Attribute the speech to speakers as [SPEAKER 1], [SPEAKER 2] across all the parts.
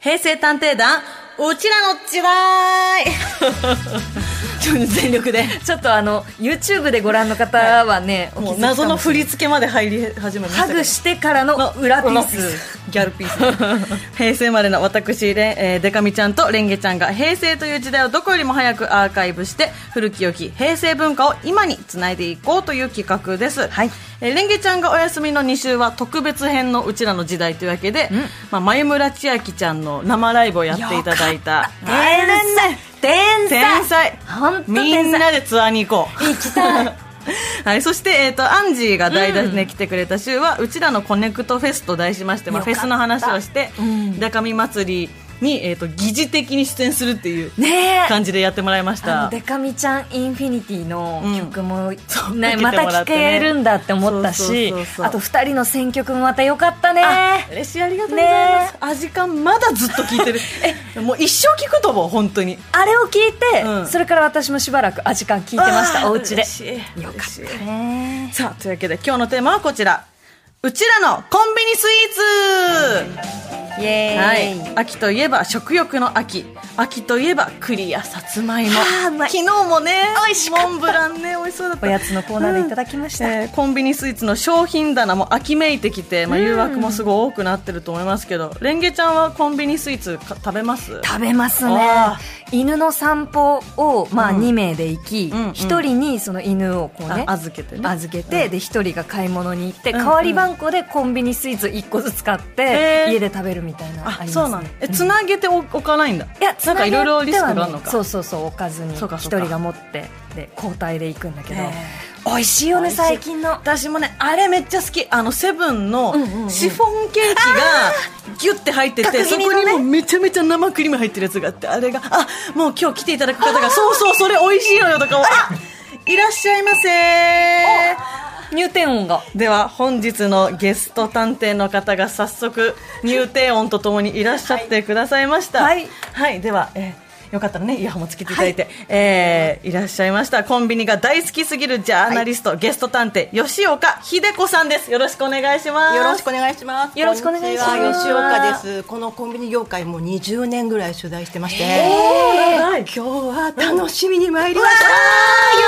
[SPEAKER 1] 平成探偵団、うちらのちわ ーいちょっと全力で。
[SPEAKER 2] ちょっとあの YouTube でご覧の方はね、お気づ
[SPEAKER 1] もう
[SPEAKER 2] きか
[SPEAKER 1] 謎の振
[SPEAKER 2] し
[SPEAKER 1] り付けまで入り始めました
[SPEAKER 2] ハ
[SPEAKER 1] けど
[SPEAKER 2] グしてからの裏ピース。
[SPEAKER 1] ギャルピース平成までの私れん、えー、デカミちゃんとレンゲちゃんが平成という時代をどこよりも早くアーカイブして古き良き平成文化を今につないでいこうという企画です、
[SPEAKER 2] はい
[SPEAKER 1] えーレンゲちゃんがお休みの2週は特別編のうちらの時代というわけで、
[SPEAKER 2] ん
[SPEAKER 1] まあ、眉村千秋ちゃんの生ライブをやっていただいた
[SPEAKER 2] 天才天才
[SPEAKER 1] 天才
[SPEAKER 2] 本当
[SPEAKER 1] みん
[SPEAKER 2] 天才
[SPEAKER 1] なでツアーに行こう
[SPEAKER 2] 行きたい
[SPEAKER 1] はい、そして、えっとアンジーが代打で、ね来てくれた週はうちらのコネクトフェスと題しまして、まあ、
[SPEAKER 2] よ
[SPEAKER 1] フ
[SPEAKER 2] かっ
[SPEAKER 1] ェ
[SPEAKER 2] た
[SPEAKER 1] スの話をして
[SPEAKER 2] うん
[SPEAKER 1] 高見祭りに、えっと疑似的に出演するっていう
[SPEAKER 2] ねえ
[SPEAKER 1] 感じでやってもらいまし
[SPEAKER 2] あ
[SPEAKER 1] た
[SPEAKER 2] のデカミちゃんインフィニティの曲も、
[SPEAKER 1] そうかけて
[SPEAKER 2] ね、
[SPEAKER 1] もらっ
[SPEAKER 2] ま
[SPEAKER 1] てね
[SPEAKER 2] た聴けるんだって思ったし
[SPEAKER 1] そうそうそうそう
[SPEAKER 2] あと2人の選曲もまた良かったね
[SPEAKER 1] あ嬉しいありがとうございます、
[SPEAKER 2] ね
[SPEAKER 1] あ時間まだずっと聞い てるもう一生聞くと思う本当に
[SPEAKER 2] あれを聞いて、
[SPEAKER 1] うん
[SPEAKER 2] それから私もしばらくあ時間聞いてました
[SPEAKER 1] あー
[SPEAKER 2] お家で
[SPEAKER 1] 嬉しい
[SPEAKER 2] よかった
[SPEAKER 1] 嬉しい
[SPEAKER 2] ね
[SPEAKER 1] さあというわけで今日のテーマはこちらうちらのコンビニスイーツ、
[SPEAKER 2] イエーイ、
[SPEAKER 1] はい、秋といえば食欲の秋秋といえば栗やさつまいも
[SPEAKER 2] あーうまい
[SPEAKER 1] 昨日もね
[SPEAKER 2] 美味しかった
[SPEAKER 1] モンブランね美味しそうだった
[SPEAKER 2] おやつのコーナーでいただきました、
[SPEAKER 1] えーコンビニスイーツの商品棚も秋めいてきて、まあ、
[SPEAKER 2] うん
[SPEAKER 1] 誘惑もすごい多くなってると思いますけど、レンゲちゃんはコンビニスイーツか食べます
[SPEAKER 2] 食べますね
[SPEAKER 1] あ
[SPEAKER 2] 犬の散歩を、まあ、
[SPEAKER 1] うん
[SPEAKER 2] 2名で行き、
[SPEAKER 1] うんうん
[SPEAKER 2] 1人にその犬をこうね
[SPEAKER 1] あ預けてね
[SPEAKER 2] 預けて、で1人が買い物に行って、
[SPEAKER 1] うんうん
[SPEAKER 2] 代わり番こでコンビニスイーツ1個ずつ買って、
[SPEAKER 1] へー
[SPEAKER 2] 家で食べるみたいな
[SPEAKER 1] あ
[SPEAKER 2] ありますね
[SPEAKER 1] そうなんだえつなげておおかないんだ
[SPEAKER 2] いや
[SPEAKER 1] なんかいろいろリスクがある
[SPEAKER 2] つな
[SPEAKER 1] の
[SPEAKER 2] げてはね
[SPEAKER 1] か
[SPEAKER 2] そうそうそう置かずに
[SPEAKER 1] そう
[SPEAKER 2] 1
[SPEAKER 1] かそうか
[SPEAKER 2] 人が持ってで交代で行くんだけど
[SPEAKER 1] へー
[SPEAKER 2] 美味しいよね最近の
[SPEAKER 1] 私もねあれめっちゃ好きあのセブンの
[SPEAKER 2] うんうんうん
[SPEAKER 1] シフォンケーキがギュッて入ってて、
[SPEAKER 2] 角
[SPEAKER 1] そ
[SPEAKER 2] 切り
[SPEAKER 1] こ
[SPEAKER 2] のね
[SPEAKER 1] にもうめちゃめちゃ生クリーム入ってるやつがあってあれがあもう今日来ていただく方がそうそうそれ美味しいのよとかをあいらっしゃいませ
[SPEAKER 2] 入店音が
[SPEAKER 1] では本日のゲスト探偵の方が早速入店音とともにいらっしゃってくださいました
[SPEAKER 2] はい
[SPEAKER 1] はいでは、えーよかったらねイヤホンもつけていただいて、えーいらっしゃいましたコンビニが大好きすぎるジャーナリスト、ゲスト探偵吉岡秀子さんですよろしくお願いします
[SPEAKER 3] よろしくお願いします。
[SPEAKER 2] よろしくお願いします
[SPEAKER 3] こんにちは吉岡です。このコンビニ業界もう20年ぐらい取材してまして、
[SPEAKER 1] はい
[SPEAKER 3] 今日は楽しみに参りました。
[SPEAKER 1] よ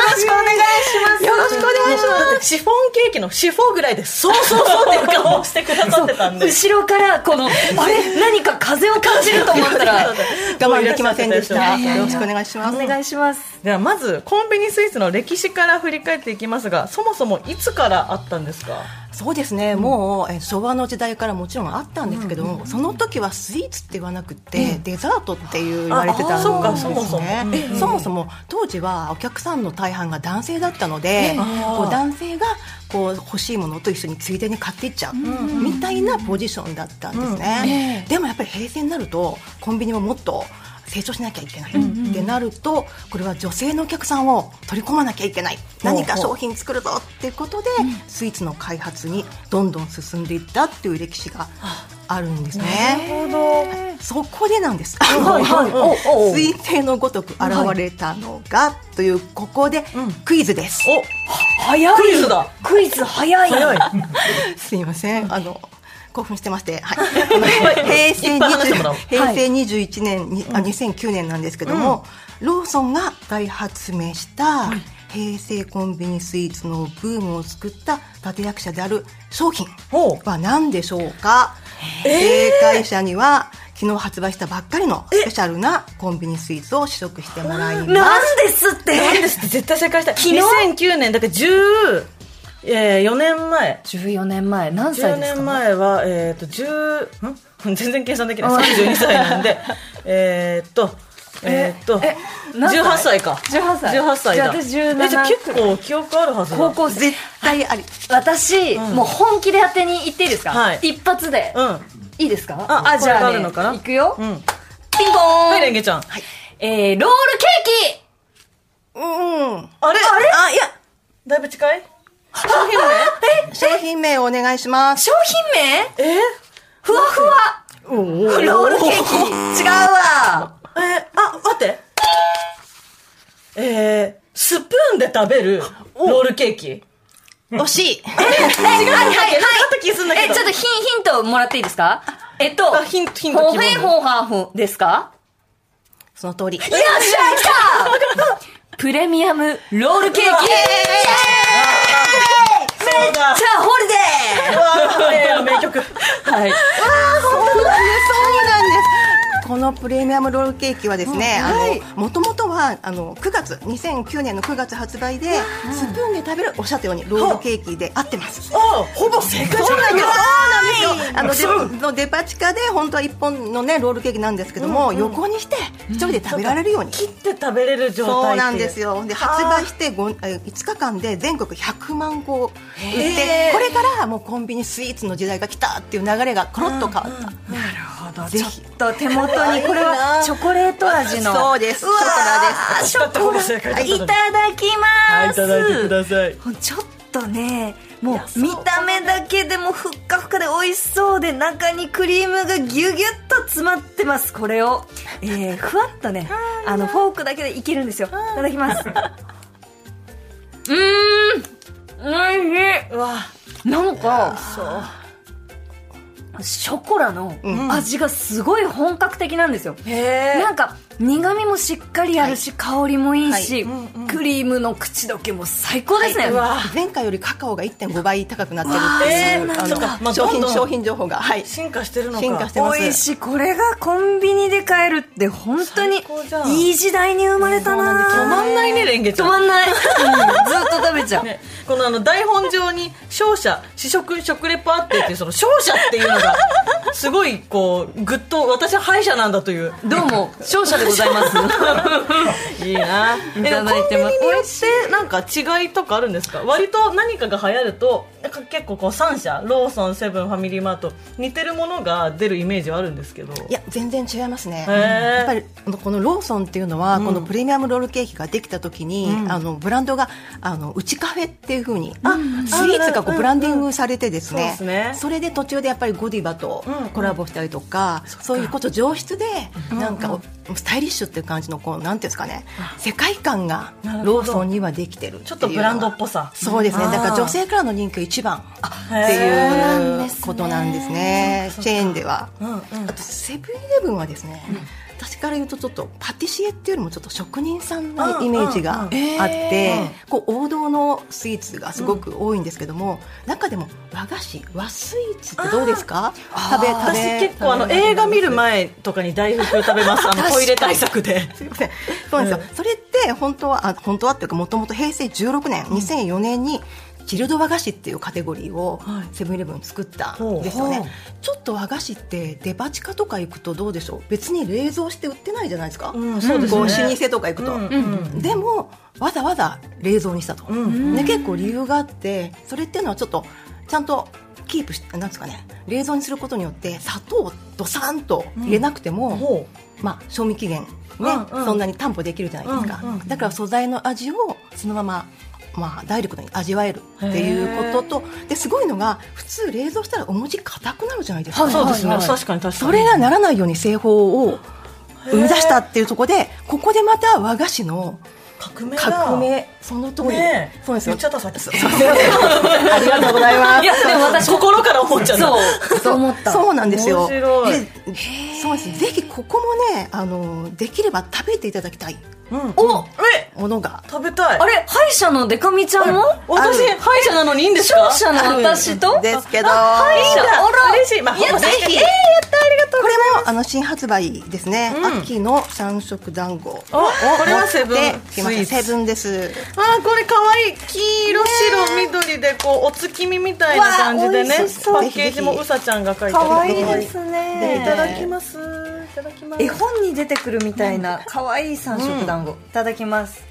[SPEAKER 1] ろしくお願いしますよろしくお願いしますシフォンケーキのシフォーぐらいでそうそうそうっていう顔をしてくださってたんで
[SPEAKER 2] 後ろからこのあれ何か風を感じると思っ たら
[SPEAKER 3] 我慢できませんでし
[SPEAKER 1] いや
[SPEAKER 3] た。
[SPEAKER 1] いやいや
[SPEAKER 3] よろしくお願いします。
[SPEAKER 2] お願いします
[SPEAKER 1] ではまずコンビニスイーツの歴史から振り返っていきますがそもそもいつからあったんですか
[SPEAKER 3] そうですね、もうえ昭和の時代からもちろんあったんですけども、その時はスイーツって言わなくて、デザートっていう言われてたん
[SPEAKER 1] ああ
[SPEAKER 3] です
[SPEAKER 1] そう
[SPEAKER 3] ね
[SPEAKER 1] かそもそも
[SPEAKER 3] えそもそも当時はお客さんの大半が男性だったので、こう男性がこう欲しいものと一緒についでに買っていっちゃうみたいなポジションだったんですね、でもやっぱり平成になるとコンビニももっと成長しなきゃいけないってなるとこれは女性のお客さんを取り込まなきゃいけない何か商品作るぞっていうことでスイーツの開発にどんどん進んでいったっていう歴史があるんですね。そこでなんです。
[SPEAKER 2] はいはいおお
[SPEAKER 3] 推定のごとく現れたのが、というここでクイズです。
[SPEAKER 1] お
[SPEAKER 2] 早い
[SPEAKER 1] クイズだ
[SPEAKER 2] クイズ早い
[SPEAKER 1] 早い
[SPEAKER 3] すいません。あの興奮してまして、はい、あの平
[SPEAKER 1] い
[SPEAKER 3] 成
[SPEAKER 1] っぱい話してもらおう
[SPEAKER 3] 20平成21年に、あ2009年なんですけども、ローソンが大発明した平成コンビニスイーツのブームを作った立役者である商品
[SPEAKER 1] ほう
[SPEAKER 3] は何でしょうか。正解者には昨日発売したばっかりのスペシャルなコンビニスイーツを試食してもらいます。
[SPEAKER 2] なんですって
[SPEAKER 1] 何ですって絶対正解したい
[SPEAKER 2] 日
[SPEAKER 1] 2009年だって14年前
[SPEAKER 2] 14年前何
[SPEAKER 1] 10
[SPEAKER 2] 歳ですか
[SPEAKER 1] 年前はえっ、と10ん 全然計算できない32歳なんで えっとえっと
[SPEAKER 2] え何歳
[SPEAKER 1] 18歳か
[SPEAKER 2] 18歳
[SPEAKER 1] 18歳だ
[SPEAKER 2] じゃあ私17
[SPEAKER 1] えじゃあ結構記憶あるはずだ
[SPEAKER 2] 高校生
[SPEAKER 3] 絶対あり。
[SPEAKER 2] 私、もう本気で当てに行っていいですか、
[SPEAKER 1] はい
[SPEAKER 2] 一発で、
[SPEAKER 1] うん
[SPEAKER 2] いいですか
[SPEAKER 1] ああ
[SPEAKER 2] じゃあ、
[SPEAKER 1] これがある
[SPEAKER 2] ね、
[SPEAKER 1] のかな
[SPEAKER 2] 行くよ、
[SPEAKER 1] うん
[SPEAKER 2] ピンポーン、
[SPEAKER 1] はいレンゲちゃん
[SPEAKER 2] えー、ロールケーキ
[SPEAKER 3] うん。
[SPEAKER 1] あれ
[SPEAKER 2] あれ
[SPEAKER 3] あ、いや、
[SPEAKER 1] だいぶ近い商品
[SPEAKER 3] 商品名をお願いします。
[SPEAKER 2] 商品名
[SPEAKER 1] 名え
[SPEAKER 2] ふわふわロールケーキ違うわ
[SPEAKER 1] えー、あ、待って。えー、スプーンで食べるロールケーキ。
[SPEAKER 3] 惜しい。
[SPEAKER 2] え、はいはい
[SPEAKER 1] なんかあった気すんだけ
[SPEAKER 2] え、
[SPEAKER 1] ど
[SPEAKER 2] ちょっとヒンヒントもらっていいですかえっと、
[SPEAKER 1] あヒントヒント
[SPEAKER 2] ほへほはふですか
[SPEAKER 3] その通り。
[SPEAKER 2] いらっしゃい来たプレミアムロールケーキめっ
[SPEAKER 1] そうだ
[SPEAKER 2] ちゃホリデー
[SPEAKER 1] わーの名曲
[SPEAKER 2] はい。
[SPEAKER 3] このプレミアムロールケーキはですね、あのもともとはあの9月2009年の9月発売で、スプーンで食べるおっしゃったようにロールケーキで合ってます。
[SPEAKER 1] あほぼ正解じゃないか
[SPEAKER 3] そうなんですよ。あ
[SPEAKER 1] そう
[SPEAKER 3] のデのデパ地下で本当は一本のねロールケーキなんですけども、横にして一人で食べられるように。
[SPEAKER 1] 切って食べれる状態
[SPEAKER 3] そうなんです
[SPEAKER 1] よ
[SPEAKER 3] よで発売してごえ5日間で全国100万個売って
[SPEAKER 1] へー
[SPEAKER 3] これからもうコンビニスイーツの時代が来たっていう流れがコロッと変わった、
[SPEAKER 1] なるほど
[SPEAKER 3] ぜひ
[SPEAKER 2] と手元にこれ はチョコレート味の。
[SPEAKER 3] そうです
[SPEAKER 2] わー
[SPEAKER 1] ショコラです
[SPEAKER 2] ショコラいただきます。
[SPEAKER 1] さい
[SPEAKER 2] ちょっとね、もう見た目だけでもふっかふかで美味しそうで中にクリームがギュギュッと詰まってます。これを、えー、ふわっとね、あのフォークだけでいけるんですよ。いただきます。うーん、美味
[SPEAKER 1] うわ
[SPEAKER 2] しい。なんか、
[SPEAKER 1] そう
[SPEAKER 2] ショコラの
[SPEAKER 3] うん
[SPEAKER 2] 味がすごい本格的なんですよ。
[SPEAKER 1] へえ
[SPEAKER 2] なんか苦味もしっかりあるし、香りもいいし、
[SPEAKER 1] はいうんうん
[SPEAKER 2] クリームの口どけも最高ですね、
[SPEAKER 1] うわ
[SPEAKER 3] 前回よりカカオが1.5倍高くなってる
[SPEAKER 1] わあ
[SPEAKER 3] って
[SPEAKER 1] そ
[SPEAKER 3] いうう、
[SPEAKER 1] か
[SPEAKER 3] あ
[SPEAKER 1] まあ
[SPEAKER 3] の商
[SPEAKER 1] どん
[SPEAKER 3] 品
[SPEAKER 1] どん
[SPEAKER 3] 商品情報がはい
[SPEAKER 1] 進化してるのか
[SPEAKER 3] 進化してます
[SPEAKER 2] 美味しいこれがコンビニで買えるって本当に
[SPEAKER 1] 最高じゃん
[SPEAKER 2] いい時代に生まれたな
[SPEAKER 1] 止まんないねレンゲち
[SPEAKER 2] 止
[SPEAKER 1] ゃん
[SPEAKER 2] まんないうんずっと食べちゃう、
[SPEAKER 1] ね、このあの台本上に勝者試食食レポあってっていうその勝者っていうのがすごいこうぐっと私は敗者なんだという
[SPEAKER 2] どうも勝者でございます
[SPEAKER 1] いいなえでも
[SPEAKER 2] いただいて
[SPEAKER 1] コン
[SPEAKER 2] ます
[SPEAKER 1] ビニによってなんか違いとかあるんですか割と何かが流行るとなんか結構こう3社ローソンセブンファミリーマート似てるものが出るイメージはあるんですけど
[SPEAKER 3] いや全然違いますね
[SPEAKER 1] へー
[SPEAKER 3] やっぱりあのこのローソンっていうのは、このプレミアムロールケーキができた時に、あのブランドがあのうちカフェっていうふうに、スイーツがこ
[SPEAKER 1] うん
[SPEAKER 3] うブランディングされてですね,、
[SPEAKER 1] そうですね
[SPEAKER 3] れで途中でやっぱりゴディバと
[SPEAKER 1] うん
[SPEAKER 3] コラボしたりとか、そういうこと上質で、なんかおスタイリッシュっていう感じのこうなんていうんですかね世界観が
[SPEAKER 1] なるほど
[SPEAKER 3] ローソンにはできてるていうのが
[SPEAKER 1] ちょっとブランドっぽさ
[SPEAKER 3] そうですね
[SPEAKER 2] うん
[SPEAKER 3] だから女性からの人気が一番
[SPEAKER 1] て
[SPEAKER 3] って
[SPEAKER 2] ん
[SPEAKER 3] い
[SPEAKER 2] で
[SPEAKER 3] う
[SPEAKER 2] すね
[SPEAKER 3] ことなんですねチェーンでは。
[SPEAKER 1] うんうん、
[SPEAKER 3] あとセブンイレブンはですね、私から言うとちょっとパティシエっていうよりもちょっと職人さんのイメージがあっ
[SPEAKER 1] うん
[SPEAKER 2] うんうん
[SPEAKER 3] て
[SPEAKER 2] え
[SPEAKER 3] こう王道のスイーツがすごく多いんですけども、中でも和菓子和スイーツってどうですか食べ食べ
[SPEAKER 1] 私結構あの
[SPEAKER 3] 食べら
[SPEAKER 1] 映
[SPEAKER 3] れます
[SPEAKER 1] 画見る前とかに大福食べますあのトイレ対策です
[SPEAKER 3] いませんそうなんですよ、それって本当はあ本当はっていうかもともと平成16年2004年にチルド和菓子っていうカテゴリーを
[SPEAKER 1] はい
[SPEAKER 3] セブンイレブン作ったんですよ
[SPEAKER 1] ほう
[SPEAKER 3] ね
[SPEAKER 1] ほ
[SPEAKER 3] ちょっと和菓子ってデパ地下とか行くとどうでしょう別に冷蔵して売ってないじゃないですか、
[SPEAKER 1] うんそうですね
[SPEAKER 3] こう老舗とか行くと、
[SPEAKER 1] うんうん
[SPEAKER 3] でもわざわざ冷蔵にしたと、
[SPEAKER 1] うん
[SPEAKER 3] で結構理由があってそれっていうのはちょっとちゃんとキープしなんですかね冷蔵にすることによって砂糖をドサンと入れなくても、
[SPEAKER 1] ほ
[SPEAKER 3] まあ、賞味期限、ね
[SPEAKER 1] うんうん
[SPEAKER 3] そんなに担保できるじゃないですか、
[SPEAKER 1] うんうん
[SPEAKER 3] だから素材の味をそのまま、まあ、ダイレクトに味わえるっていうこととですごいのが普通冷蔵したらお餅硬くなるじゃないですか、
[SPEAKER 1] うそうですね、
[SPEAKER 2] はいはい
[SPEAKER 1] 確かに確かに
[SPEAKER 3] それがならないように製法を生み出したっていうところでここでまた和菓子の
[SPEAKER 1] 革命だ
[SPEAKER 3] 革命その通り、
[SPEAKER 1] ねえ
[SPEAKER 3] そうですよ
[SPEAKER 1] 言っちゃったさっき
[SPEAKER 3] そうそうそうありがとうござい ます
[SPEAKER 2] いやでも私
[SPEAKER 1] 心から思っちゃう
[SPEAKER 2] そうう そう思った
[SPEAKER 3] そうなんですよ。
[SPEAKER 1] 面白い
[SPEAKER 3] でそうです。ぜひここもね、あのできれば食べていただきたい
[SPEAKER 1] ん、
[SPEAKER 2] お
[SPEAKER 1] え
[SPEAKER 3] ものが
[SPEAKER 1] 食べたい
[SPEAKER 2] あれ歯医者のデカミちゃんも
[SPEAKER 1] 私
[SPEAKER 3] ある
[SPEAKER 1] 歯医者なのにいいんですか
[SPEAKER 2] 勝者の私と
[SPEAKER 3] ですけど、
[SPEAKER 2] あ歯医者あら
[SPEAKER 1] 嬉しいまあ
[SPEAKER 2] や
[SPEAKER 1] まあ
[SPEAKER 2] ぜひ
[SPEAKER 1] えーやったありがとう
[SPEAKER 3] これもあの新発売ですね。
[SPEAKER 1] うん
[SPEAKER 3] 秋の三色団子。
[SPEAKER 1] おこれはセブン
[SPEAKER 3] で来ま
[SPEAKER 1] スイー
[SPEAKER 3] し
[SPEAKER 1] ツ
[SPEAKER 3] たセブンです。
[SPEAKER 1] あーこれ可愛い黄色白緑でこうお月見みたいな感じでね
[SPEAKER 2] わあ美
[SPEAKER 1] パ
[SPEAKER 2] 味しそう
[SPEAKER 1] ッケージもうさちゃんが描いてる
[SPEAKER 2] 可愛い
[SPEAKER 1] い
[SPEAKER 2] ですね
[SPEAKER 1] いただきますいただきます
[SPEAKER 2] 絵本に出てくるみたいな可愛い三色団子、いただきます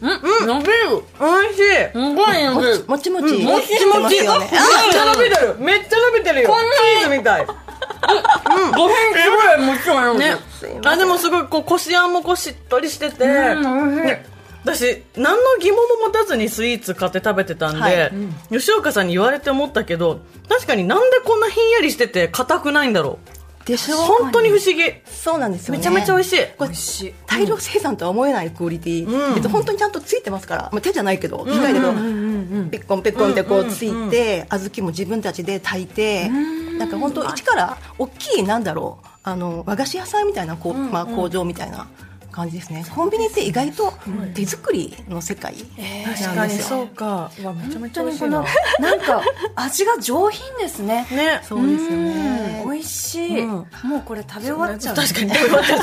[SPEAKER 2] うん、うん、伸びる
[SPEAKER 1] おいしい
[SPEAKER 2] すごい伸びる
[SPEAKER 3] もち
[SPEAKER 1] も
[SPEAKER 3] もち。
[SPEAKER 1] っちもちめっ
[SPEAKER 3] してますよね
[SPEAKER 1] ちゃ伸びてるめっちゃ伸びてるよ
[SPEAKER 2] こんなに
[SPEAKER 1] チーズみたい
[SPEAKER 2] 5分ぐらいもちろん
[SPEAKER 1] ね、あでもすごいこうこしあんもこしっとりしてて、ね私何の疑問も持たずにスイーツ買って食べてたんで、
[SPEAKER 3] はい
[SPEAKER 1] 吉岡さんに言われて思ったけど確かになんでこんなひんやりしてて硬くないんだろ
[SPEAKER 3] でし
[SPEAKER 1] う
[SPEAKER 3] ょ。
[SPEAKER 1] 本当に不思議
[SPEAKER 3] そうなんですよね。
[SPEAKER 1] めちゃめちゃ美味しい、
[SPEAKER 3] これ大量生産とは思えないクオリティ、
[SPEAKER 1] うん
[SPEAKER 3] えっと、本当にちゃんとついてますから、まあ、手じゃないけど機械だけど、ペッコンペッコンってこうついて、小豆も自分たちで炊いて、なんか本当一から大きいなんだろうあの和菓子屋さんみたいなこう、まあ、工場みたいな感じですね、コンビニって意外と手作りの世界
[SPEAKER 1] 確
[SPEAKER 3] な
[SPEAKER 1] か
[SPEAKER 3] ん
[SPEAKER 1] に
[SPEAKER 3] ですよ、
[SPEAKER 1] そうかうわめちゃめちゃ美味
[SPEAKER 2] 本当に
[SPEAKER 1] しい
[SPEAKER 2] こ
[SPEAKER 1] な
[SPEAKER 2] のなんか味が上品ですね
[SPEAKER 1] ね
[SPEAKER 3] そうですよね
[SPEAKER 2] 美味しい、
[SPEAKER 1] うん
[SPEAKER 2] もうこれ食べ終わっちゃう
[SPEAKER 1] 確 かに食べ終わっちゃう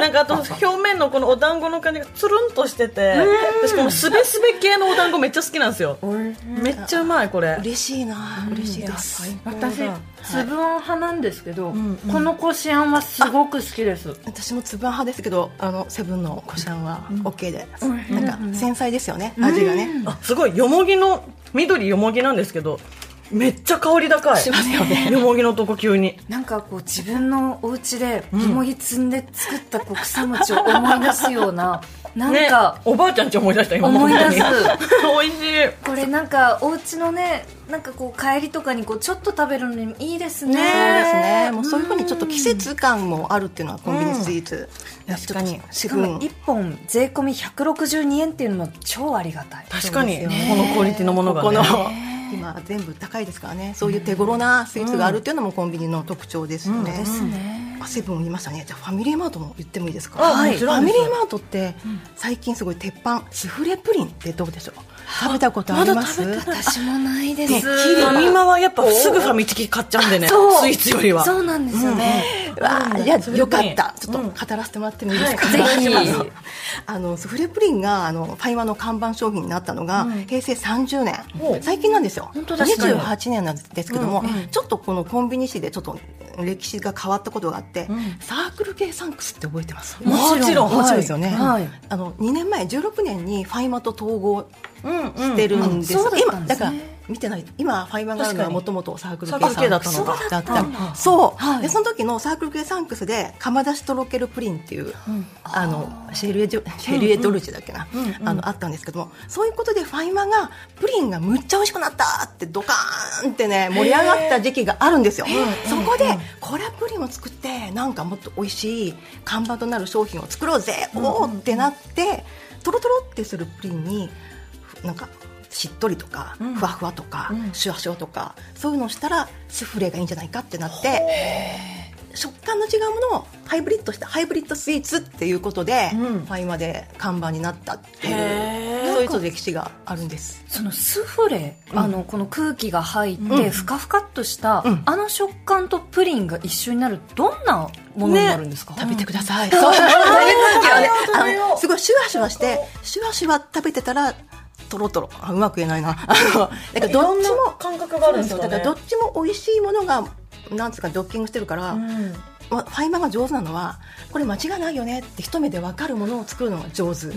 [SPEAKER 1] なんかあと表面のこのお団子の感じがつるんとしてて私このすべすべ系のお団子めっちゃ好きなんですよめっちゃうまいこれ
[SPEAKER 3] 嬉しいな嬉しいです、
[SPEAKER 4] 私
[SPEAKER 1] そうだ
[SPEAKER 4] つぶあん派なんですけど、
[SPEAKER 1] んうん
[SPEAKER 4] このこしあんはすごく好きです
[SPEAKER 3] 私もつぶあん派ですけどあのセブンのこしあんは OK で、
[SPEAKER 4] ん
[SPEAKER 3] なんか繊細ですよね、味がね、
[SPEAKER 1] あすごいよもぎの緑よもぎなんですけどめっちゃ香り高い
[SPEAKER 3] しますよね
[SPEAKER 1] よもぎのとこ急に
[SPEAKER 2] なんかこう自分のお家でよもぎ積んで作ったこう草餅を思い出すような、 なんか、
[SPEAKER 1] ね、おばあちゃんち思い出した今
[SPEAKER 2] 思い出す
[SPEAKER 1] 本 当に美味しい
[SPEAKER 2] これなんかお家のねなんかこう帰りとかにこうちょっと食べるのにいいですね
[SPEAKER 3] そうですね、もうそういうふうにちょっと季節感もあるっていうのはコンビニスイーツ、確かに
[SPEAKER 2] し
[SPEAKER 3] シ
[SPEAKER 2] か
[SPEAKER 3] フ
[SPEAKER 2] も
[SPEAKER 3] ン
[SPEAKER 2] 1本税込み162円っていうのも超ありがたい
[SPEAKER 1] 確かに、
[SPEAKER 3] そうです
[SPEAKER 1] このクオリティのものが、
[SPEAKER 3] こ
[SPEAKER 1] ね、
[SPEAKER 3] の今全部高いですからねそういう手頃なスイーツがあるっていうのもコンビニの特徴ですよね、
[SPEAKER 2] ですね
[SPEAKER 3] あセブン言いましたねじゃあファミリーマートも言ってもいいですか
[SPEAKER 1] あ
[SPEAKER 2] はいも
[SPEAKER 1] ちろん
[SPEAKER 3] フ
[SPEAKER 1] で
[SPEAKER 3] ァ
[SPEAKER 1] す
[SPEAKER 3] ミリーマートって最近すごい鉄板スフレプリンってどうでしょう食べたことあります、
[SPEAKER 2] 私もないで
[SPEAKER 1] フ
[SPEAKER 2] す
[SPEAKER 1] ァミマはやっぱすぐファミチキ買っちゃうんでね
[SPEAKER 2] そう
[SPEAKER 1] スイーツよりは
[SPEAKER 2] そうなんですよね、
[SPEAKER 3] わあいや
[SPEAKER 1] それで
[SPEAKER 3] よかったちょっと語らせてもらってもいいですか、
[SPEAKER 2] はいぜひ
[SPEAKER 3] お願いしますあのスフレプリンがあのファイマの看板商品になったのが、平成30年
[SPEAKER 1] ほう
[SPEAKER 3] 最近なんですよ
[SPEAKER 1] 当だ確かに
[SPEAKER 3] 28年なんですけども、ちょっとこのコンビニ誌でちょっと歴史が変わったことがあって、サークル系サンクスって覚えてます
[SPEAKER 1] もちろん
[SPEAKER 3] もちろんですよね、
[SPEAKER 2] はい
[SPEAKER 3] あの2年前16年にファイマと統合
[SPEAKER 1] うんうん
[SPEAKER 3] してるんです、
[SPEAKER 2] うんうんあそうだった
[SPEAKER 3] 今
[SPEAKER 2] んで
[SPEAKER 3] だ
[SPEAKER 2] すね
[SPEAKER 3] から見てない今ファイバーがあるの
[SPEAKER 1] 確か
[SPEAKER 3] は
[SPEAKER 1] に
[SPEAKER 3] もともとサークル
[SPEAKER 1] サークル系
[SPEAKER 3] 系
[SPEAKER 1] だ
[SPEAKER 3] サ
[SPEAKER 1] った
[SPEAKER 3] ン
[SPEAKER 1] のが
[SPEAKER 3] クスだったそう、
[SPEAKER 2] はい
[SPEAKER 3] でその時のサークル系サンクスで釜出しとろけるプリンっていう、あのシェルエジョシェルエドルチェだっけな、あのあったんですけどもそういうことでファイマがプリンがむっちゃ美味しくなったってドカーンってね盛り上がった時期があるんですよそこでこれはプリンを作ってなんかもっと美味しい看板となる商品を作ろうぜおーってなってとろとろってするプリンになんかしっとりとか、ふわふわとか、シュワシュワとかそういうのをしたらスフレがいいんじゃないかってなって食感の違うものをハイブリッドしたハイブリッドスイーツっていうことで、ファイマで看板になったっていうそういうちょっと歴史があるんです
[SPEAKER 2] そのスフレ、あのこの空気が入って、ふかふかっとした、
[SPEAKER 3] ん
[SPEAKER 2] あの食感とプリンが一緒になるどんなものになるんですか、
[SPEAKER 3] 食べてください、そう食べてくださいあのすごいシュワシュワしてシュワシュワ食べてたらとろとろあうまく言えないなあのなんかどっちも
[SPEAKER 1] 感覚があるんです
[SPEAKER 3] そう
[SPEAKER 1] か
[SPEAKER 3] だ
[SPEAKER 1] ね
[SPEAKER 3] からどっちも美味しいものがなんつうかドッキングしてるから、ま、ファイマーが上手なのはこれ間違いないよねって一目で分かるものを作るのが上手こう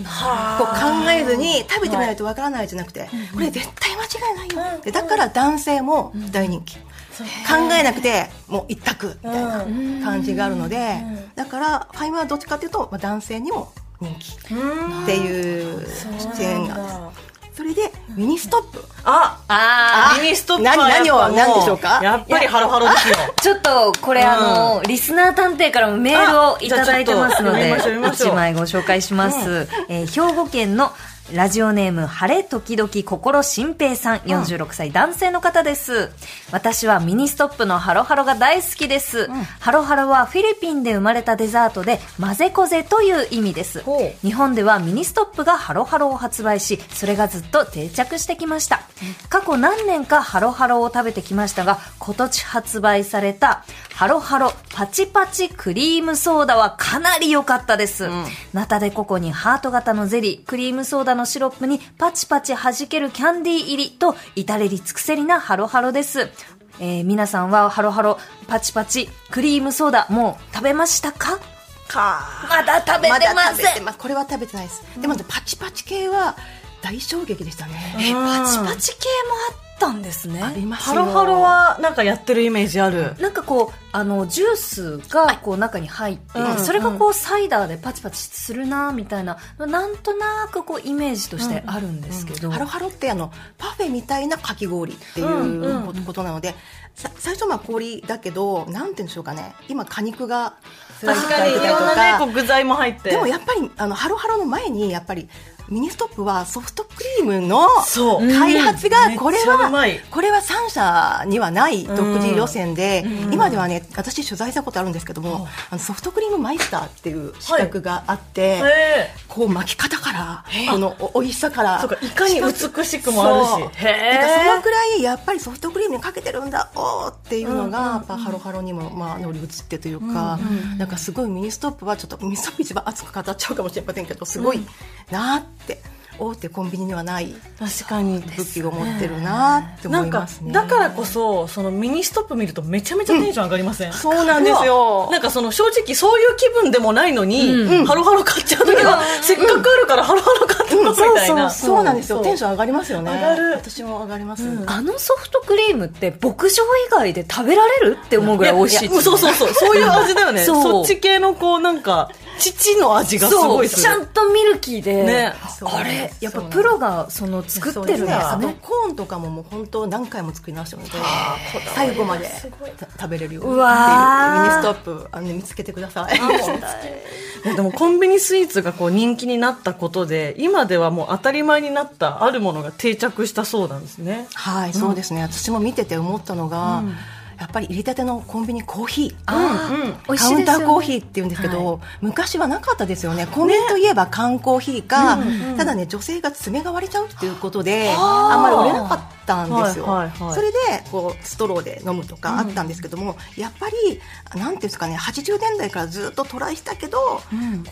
[SPEAKER 3] 考えずに食べてみないと分からないじゃなくて、これ絶対間違いないよ、でだから男性も大人気、考えなくてもう一択みたいな感じがあるので、だからファイマーはどっちかっていうと、まあ、男性にも人気っていう出演がそれでミニストップ、
[SPEAKER 1] あ
[SPEAKER 2] あ
[SPEAKER 1] ミニストップはやっぱ
[SPEAKER 3] 何何を
[SPEAKER 1] もう
[SPEAKER 3] 何でしょうか
[SPEAKER 1] やっぱりハロハロですよ
[SPEAKER 2] ちょっとこれ、
[SPEAKER 1] うん
[SPEAKER 2] あのリスナー探偵からもメールをいただいてますので
[SPEAKER 1] あじゃあちょっと読みましょう
[SPEAKER 2] 一枚ご紹介します、えー兵庫県のラジオネーム晴れ時々心新平さん46歳、男性の方です私はミニストップのハロハロが大好きです、ハロハロはフィリピンで生まれたデザートで混ぜこぜという意味です
[SPEAKER 1] ほう
[SPEAKER 2] 日本ではミニストップがハロハロを発売しそれがずっと定着してきました過去何年かハロハロを食べてきましたが今年発売されたハロハロパチパチクリームソーダはかなり良かったです、ナタデココにハート型のゼリークリームソーダのシロップにパチパチ弾けるキャンディー入りと至れり尽くせりなハロハロですえー皆さんはハロハロパチパチクリームソーダもう食べましたかまだ食べてません
[SPEAKER 3] だ食べてますこれは食べてないです、でもパチパチ系は大衝撃でしたね、
[SPEAKER 2] パチパチ系もあったんですね。
[SPEAKER 3] あります
[SPEAKER 1] ハ
[SPEAKER 3] よ
[SPEAKER 1] ロハロはなんかやってるイメージある
[SPEAKER 2] なんかこうあのジュースがこう中に入って、
[SPEAKER 1] うん
[SPEAKER 2] それがこうサイダーでパチパチするなみたいななんとなくこうイメージとしてあるんですけど、
[SPEAKER 3] ハロハロってあのパフェみたいなかき氷っていうことことなので、さ最初はまあ氷だけどなんて言うんでしょうかね今果肉が
[SPEAKER 1] 確かにいろんなねこう具材も入って
[SPEAKER 3] でもやっぱりあのハロハロの前にやっぱりミニストップはソフトクリームの
[SPEAKER 1] そう
[SPEAKER 3] 開発が
[SPEAKER 1] うん
[SPEAKER 3] これ
[SPEAKER 1] めっちゃ
[SPEAKER 3] は、
[SPEAKER 1] うまい
[SPEAKER 3] これは3社にはない独自路線で、
[SPEAKER 1] うん
[SPEAKER 3] 今ではね私取材したことあるんですけども、
[SPEAKER 1] はい
[SPEAKER 3] あのソフトクリームマイスターっていう資格があって、
[SPEAKER 1] へ
[SPEAKER 3] こう巻き方からこのお美味しさから
[SPEAKER 1] ーそうかいかに美しくもあ
[SPEAKER 3] そう
[SPEAKER 1] るしへ
[SPEAKER 3] なんかその
[SPEAKER 1] え
[SPEAKER 3] くらいやっぱりソフトクリームにかけてるんだおーっていうのがやっぱハロハロにもまあ乗り移ってというか、なんかすごいミニストップはちょっとミニストップ一番熱く語っちゃうかもしれませんけどすごいなーって大手コンビニにはない
[SPEAKER 5] 確かに
[SPEAKER 3] 武器を持ってるなーって
[SPEAKER 1] な
[SPEAKER 3] 思
[SPEAKER 1] ん
[SPEAKER 3] い
[SPEAKER 1] か
[SPEAKER 3] ますね。
[SPEAKER 1] だからこそそのミニストップ見るとめちゃめちゃテンション上がりません、
[SPEAKER 3] そうなんですよ
[SPEAKER 1] なんかその正直そういう気分でもないのに、ハロハロ買っちゃう時は、せっかくあるからハロハロ買ってこうみたいな、
[SPEAKER 3] そうなんですよテンション上がりますよね
[SPEAKER 1] 上がる
[SPEAKER 3] 私も上がります、
[SPEAKER 2] あのソフトクリームって牧場以外で食べられるって思うぐらい美味しい
[SPEAKER 1] やそうそうそうそういう味だよね
[SPEAKER 2] そう
[SPEAKER 1] そっち系のこうなんか父の味がすごいする
[SPEAKER 2] ちゃんとミルキーで、
[SPEAKER 1] ね
[SPEAKER 2] あれやっぱプロがその作ってるんですね
[SPEAKER 3] あとコーンとかももう本当何回も作り直してるので最後までた食べれるようにっていう
[SPEAKER 2] うわー
[SPEAKER 3] ミニストップあの見つけてください
[SPEAKER 1] いやでもコンビニスイーツがこう人気になったことで今ではもう当たり前になったあるものが定着したそうなんですね
[SPEAKER 3] はいそうですね、私も見てて思ったのが、やっぱり入れたてのコンビニコーヒー
[SPEAKER 2] 美味
[SPEAKER 3] カ
[SPEAKER 2] しい
[SPEAKER 3] ウン
[SPEAKER 2] です
[SPEAKER 3] タ
[SPEAKER 2] よ、ね、
[SPEAKER 3] ーコーヒーって言うんですけど、昔はなかったですよねコンビニといえば缶コーヒーか、ただね女性が爪が割れちゃうっていうことであんまり売れなかったんですよ、
[SPEAKER 1] はいはいはい
[SPEAKER 3] それでこうストローで飲むとかあったんですけども、やっぱりなんていうんですかね80年代からずっとトライしたけど、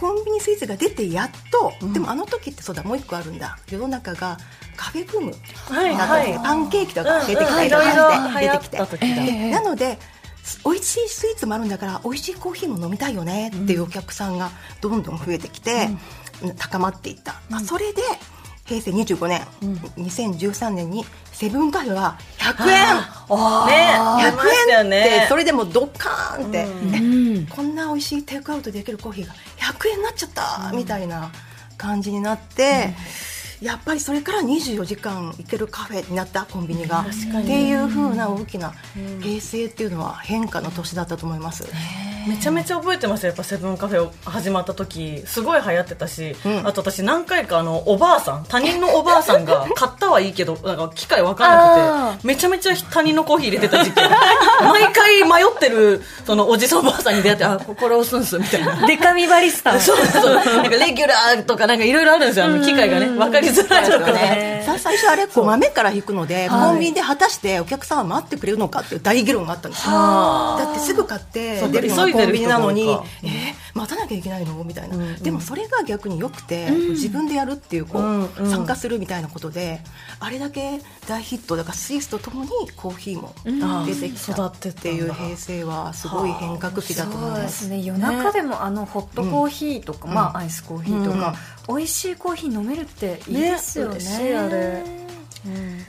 [SPEAKER 3] コンビニスイーツが出てやっと、でもあの時ってそうだもう一個あるんだ世の中がカフェブームだったんですね、
[SPEAKER 1] はいはい
[SPEAKER 3] パンケーキとか出てきたりと
[SPEAKER 1] うんうんいろ
[SPEAKER 3] かし
[SPEAKER 1] い
[SPEAKER 3] て
[SPEAKER 1] ろ
[SPEAKER 3] 出てきて
[SPEAKER 1] 流行った時だ
[SPEAKER 3] でなので美味しいスイーツもあるんだから美味しいコーヒーも飲みたいよねっていうお客さんがどんどん増えてきて、高まっていった、あそれで平成25年、2013年にセブンカフェは100円
[SPEAKER 1] ね
[SPEAKER 3] 100
[SPEAKER 1] ありましたよ
[SPEAKER 3] 円って
[SPEAKER 1] ね
[SPEAKER 3] それでもドカーンって、えこんな美味しいテイクアウトできるコーヒーが100円になっちゃったみたいな感じになって、やっぱりそれから24時間行けるカフェになったコンビニがっていう風な大きな平成っていうのは変化の年だったと思います。
[SPEAKER 1] めちゃめちゃ覚えてますよやっぱセブンカフェ始まった時すごい流行ってたし、
[SPEAKER 3] うん
[SPEAKER 1] あと私何回かあのおばあさん他人のおばあさんが買ったはいいけどなんか機械わかんなくてめちゃめちゃ他人のコーヒー入れてた時期毎回迷ってるそのおじさんおばあさんに出会ってあここれ押すんすみた いな。
[SPEAKER 2] デカミバリスタ
[SPEAKER 1] そうそうなんかレギュラーとかなんかいろいろあるんですよあの機械がね分かりづらいとかね
[SPEAKER 3] さ最初あれこう豆から引くので、コンビニで果たしてお客さんは待ってくれるのかっていう大議論があったんですよだってすぐ買って
[SPEAKER 1] そう
[SPEAKER 3] 出るのが
[SPEAKER 1] 急いでる
[SPEAKER 3] コンビニなのに
[SPEAKER 1] 人が多いか
[SPEAKER 3] えー待たなきゃいけないのみたいな、でもそれが逆によくて、自分でやるっていうこう、
[SPEAKER 1] うんうん
[SPEAKER 3] 参加するみたいなことであれだけ大ヒットだからスイーツとともにコーヒーも出てきたっていう平成はすごい変革期だと思います。
[SPEAKER 2] ね夜中でもあのホットコーヒーとか、まあアイスコーヒーとか、美味しいコーヒー飲めるっていいですよね
[SPEAKER 1] ね嬉しいあれ
[SPEAKER 2] うん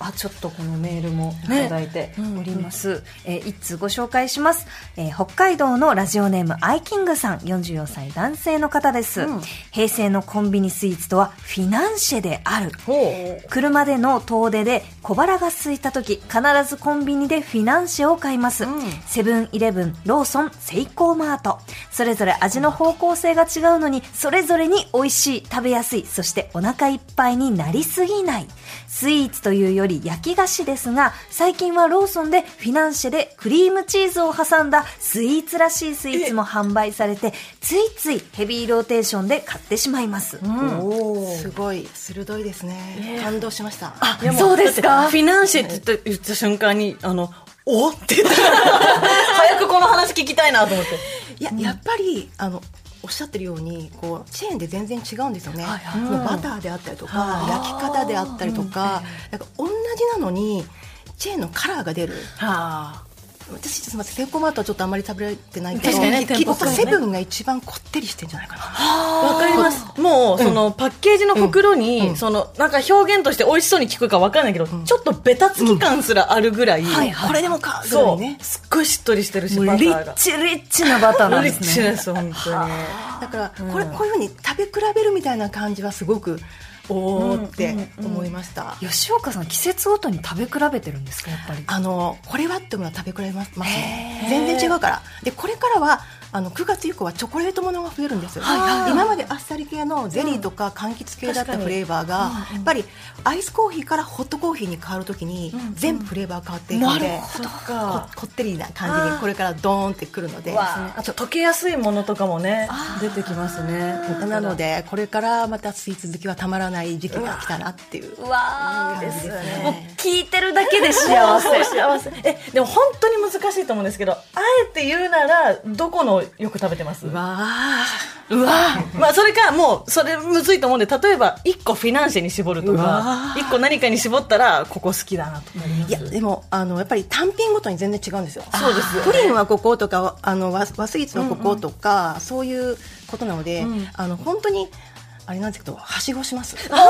[SPEAKER 2] あちょっとこのメールもいただいております、えー一通ご紹介します、えー北海道のラジオネームアイキングさん44歳男性の方です、平成のコンビニスイーツとはフィナンシェである車での遠出で小腹が空いた時必ずコンビニでフィナンシェを買います、セブンイレブンローソンセイコーマートそれぞれ味の方向性が違うのにそれぞれに美味しい食べやすいそしてお腹いっぱいになりすぎないスイーツというより焼き菓子ですが最近はローソンでフィナンシェでクリームチーズを挟んだスイーツらしいスイーツも販売されてついついヘビーローテーションで買ってしまいます、
[SPEAKER 3] すごい鋭いですね。感動しました。
[SPEAKER 1] でも
[SPEAKER 2] そうですか
[SPEAKER 1] だってフィナンシェって言った言った瞬間にあのおって言った早くこの話聞きたいなと思って
[SPEAKER 3] いや、やっぱりあのおっしゃってるようにこうチェーンで全然違うんですよね、そのバターであったりとか焼き方であったりとか,、なんか同じなのにチェーンのカラーが出る
[SPEAKER 1] はあ
[SPEAKER 3] 私すみませんセイコーマートはちょっとあんまり食べられてないけど
[SPEAKER 1] 確かにね
[SPEAKER 3] きっと
[SPEAKER 1] 店舗数ね
[SPEAKER 3] セブンが一番こってりしてんじゃないかな
[SPEAKER 1] わかりますもうそのパッケージの袋にそのなんか表現として美味しそうに聞くかわかんないけどちょっとベタつき感すらあるぐらい
[SPEAKER 3] これでもかぐら
[SPEAKER 1] そ
[SPEAKER 3] いね
[SPEAKER 1] うすっごいしっとりしてるし
[SPEAKER 2] もう
[SPEAKER 1] バタ
[SPEAKER 2] リ
[SPEAKER 1] ー
[SPEAKER 2] ッ
[SPEAKER 1] が
[SPEAKER 2] チリッチなバターなん
[SPEAKER 1] リ
[SPEAKER 2] で
[SPEAKER 1] ッ
[SPEAKER 2] す
[SPEAKER 1] チ
[SPEAKER 2] ね
[SPEAKER 1] です本当に
[SPEAKER 3] だからこれ、こういうふうに食べ比べるみたいな感じはすごくおーって思いました、
[SPEAKER 2] 吉岡さん季節ごとに食べ比べてるんですかやっぱり
[SPEAKER 3] あのこれはってものは食べ比べますね全然違うからでこれからはあの9月以降はチョコレートものが増えるんですよ、
[SPEAKER 2] はいはい
[SPEAKER 3] 今まであっさり系のゼリーとか柑橘系だったフレーバーが、やっぱりアイスコーヒーからホットコーヒーに変わるときに全部フレーバー変わっていくので、ここってりな感じにこれからドーンってくるので。
[SPEAKER 1] あと溶けやすいものとかもね出てきますね
[SPEAKER 3] なのでこれからまたスイーツ好きはたまらない時期が来たなっていう
[SPEAKER 2] うわー
[SPEAKER 3] 感じです
[SPEAKER 2] もう
[SPEAKER 3] ね。
[SPEAKER 2] 聞いてるだけで幸せ
[SPEAKER 1] 幸せえでも本当に難しいと思うんですけどあえて言うならどこのよく食べてます
[SPEAKER 3] わあ、
[SPEAKER 1] まあそれかもうそれむずいと思うんで例えば1個フィナンシェに絞ると
[SPEAKER 3] う
[SPEAKER 1] か
[SPEAKER 3] わ
[SPEAKER 1] 1個何かに絞ったらここ好きだなとか
[SPEAKER 3] いやでもあのやっぱり単品ごとに全然違うんですよ。そうです、プリンはこことかあの和和スイーツはこことか、そういうことなので、あの本当に。あれなんですけど、はしごします。ああ、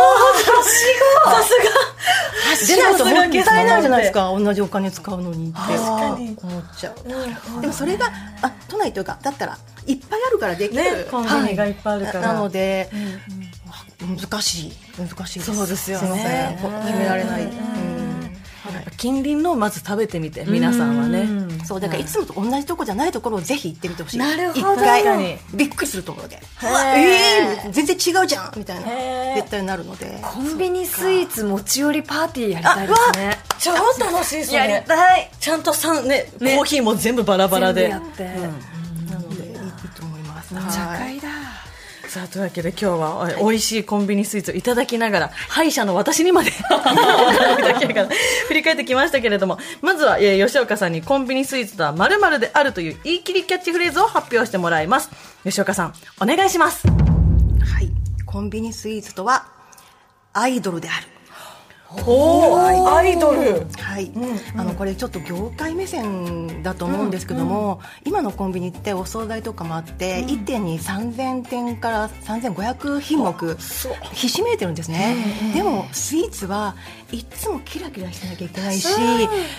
[SPEAKER 3] はしご。さすが。でないともったいないじゃないですか、同じお金使うのにって。思っちゃう。でも、それが、あ、都内というか、だったら、いっぱいあるからできる。
[SPEAKER 1] ねコンビニがいっぱいあるから
[SPEAKER 3] ななので、わ難しい、難しいです。
[SPEAKER 1] そうですよね
[SPEAKER 3] いませんこう決められない。うん
[SPEAKER 1] 近隣のをまず食べてみて皆さんはね
[SPEAKER 3] そうだからいつもと同じとこじゃないところをぜひ行ってみてほしい。
[SPEAKER 2] なるほど
[SPEAKER 3] 一回
[SPEAKER 1] 確かに
[SPEAKER 3] びっくりするところで。うわええ全然違うじゃんみたい
[SPEAKER 1] へー
[SPEAKER 3] な絶対なるので。
[SPEAKER 2] コンビニスイーツ持ち寄りパーティーやりたいですね
[SPEAKER 1] 超楽しいそれ
[SPEAKER 2] たい
[SPEAKER 1] ちゃんとさんねコーヒーも全部バラバラで
[SPEAKER 2] 全部やって、
[SPEAKER 3] なのでいいいいと思います。
[SPEAKER 2] 茶
[SPEAKER 3] はい。
[SPEAKER 2] 会だ
[SPEAKER 1] さあというわけで今日はお美味しいコンビニスイーツをいただきながら歯医者の私にまで いただきながら振り返ってきましたけれどもまずは、えー吉岡さんにコンビニスイーツとはまるまるであるという言い切りキャッチフレーズを発表してもらいます吉岡さんお願いします
[SPEAKER 3] はいコンビニスイーツとはアイドルである。
[SPEAKER 1] おおアイドル
[SPEAKER 3] はい、あのこれちょっと業界目線だと思うんですけども、今のコンビニってお惣菜とかもあって、1点に3000点から3500品目ひしめいてるんですね、でもスイーツはいっつもキラキラしてなきゃいけないし、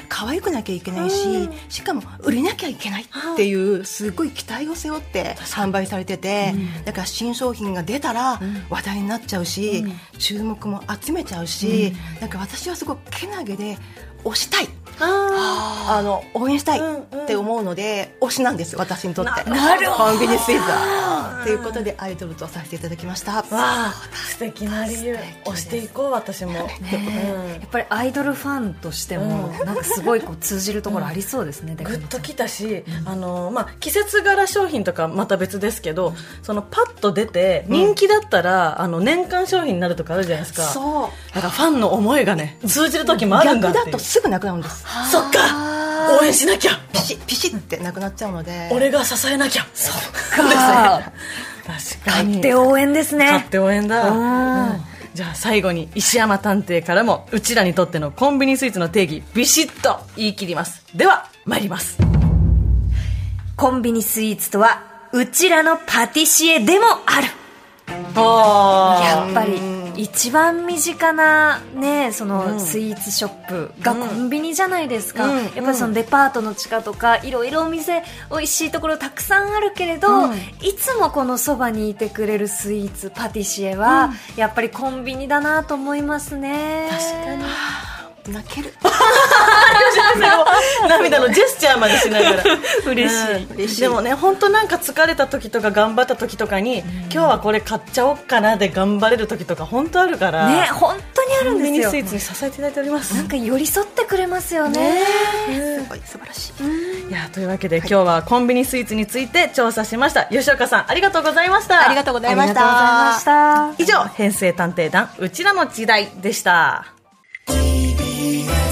[SPEAKER 3] 可愛くなきゃいけないし、しかも売れなきゃいけないっていうすごい期待を背負って販売されてて、だから新商品が出たら話題になっちゃうし、注目も集めちゃうし、なんか私はすごくけなげで推したいあの応援したいって思うので、推しなんです私にとってコンビニスイーツはということでアイドルとさせていただきました
[SPEAKER 1] わあ素敵な理由押していこう私も、
[SPEAKER 2] やっぱりアイドルファンとしても、なんかすごいこう通じるところありそうですね、で
[SPEAKER 1] グッときたし、あのまあ、季節柄商品とかまた別ですけどそのパッと出て人気だったら、あの年間商品になるとかあるじゃないですか
[SPEAKER 3] そう
[SPEAKER 1] だからファンの思いがね通じる時もあるんだ
[SPEAKER 3] 逆
[SPEAKER 1] って
[SPEAKER 3] だ
[SPEAKER 1] いう
[SPEAKER 3] とすぐなくなるんです
[SPEAKER 1] そっか応援しなきゃ
[SPEAKER 3] ピシッピシッってなくなっちゃうので
[SPEAKER 1] 俺が支えなきゃそ
[SPEAKER 2] か
[SPEAKER 1] ですね確か
[SPEAKER 2] 買
[SPEAKER 1] に
[SPEAKER 2] って応援です
[SPEAKER 1] 勝
[SPEAKER 2] ね
[SPEAKER 1] 手応援だ、
[SPEAKER 2] う
[SPEAKER 1] う
[SPEAKER 2] ん
[SPEAKER 1] んじゃあ最後に石山探偵からもうちらにとってのコンビニスイーツの定義ビシッと言い切りますでは参ります
[SPEAKER 2] コンビニスイーツとはうちらのパティシエでもある
[SPEAKER 1] あ
[SPEAKER 2] やっぱり一番身近なねそのスイーツショップがコンビニじゃないですか、やっぱりそのデパートの地下とかいろいろお店美味しいところたくさんあるけれど、いつもこのそばにいてくれるスイーツパティシエは、やっぱりコンビニだなと思いますね確かに
[SPEAKER 3] 泣ける
[SPEAKER 1] 涙のジェスチャーまでしながら
[SPEAKER 2] 嬉しい、
[SPEAKER 1] 嬉しいでもね本当なんか疲れた時とか頑張った時とかに、今日はこれ買っちゃおっかなで頑張れる時とか本当あるから
[SPEAKER 2] ね本当にある
[SPEAKER 1] コ
[SPEAKER 2] ん
[SPEAKER 1] ンビ
[SPEAKER 2] で
[SPEAKER 1] ニ
[SPEAKER 2] す
[SPEAKER 1] スイ
[SPEAKER 2] よ
[SPEAKER 1] ーツに支えていただいております
[SPEAKER 2] なんか寄り添ってくれますよね
[SPEAKER 3] すごい素晴らしい
[SPEAKER 1] いやというわけで今日はコンビニスイーツについて調査しました吉岡さんありがとうございました
[SPEAKER 3] ありがとうございまし
[SPEAKER 2] ありがとうござい
[SPEAKER 3] た
[SPEAKER 2] ました
[SPEAKER 1] 以上編成探偵団うちらの時代でした
[SPEAKER 6] TBS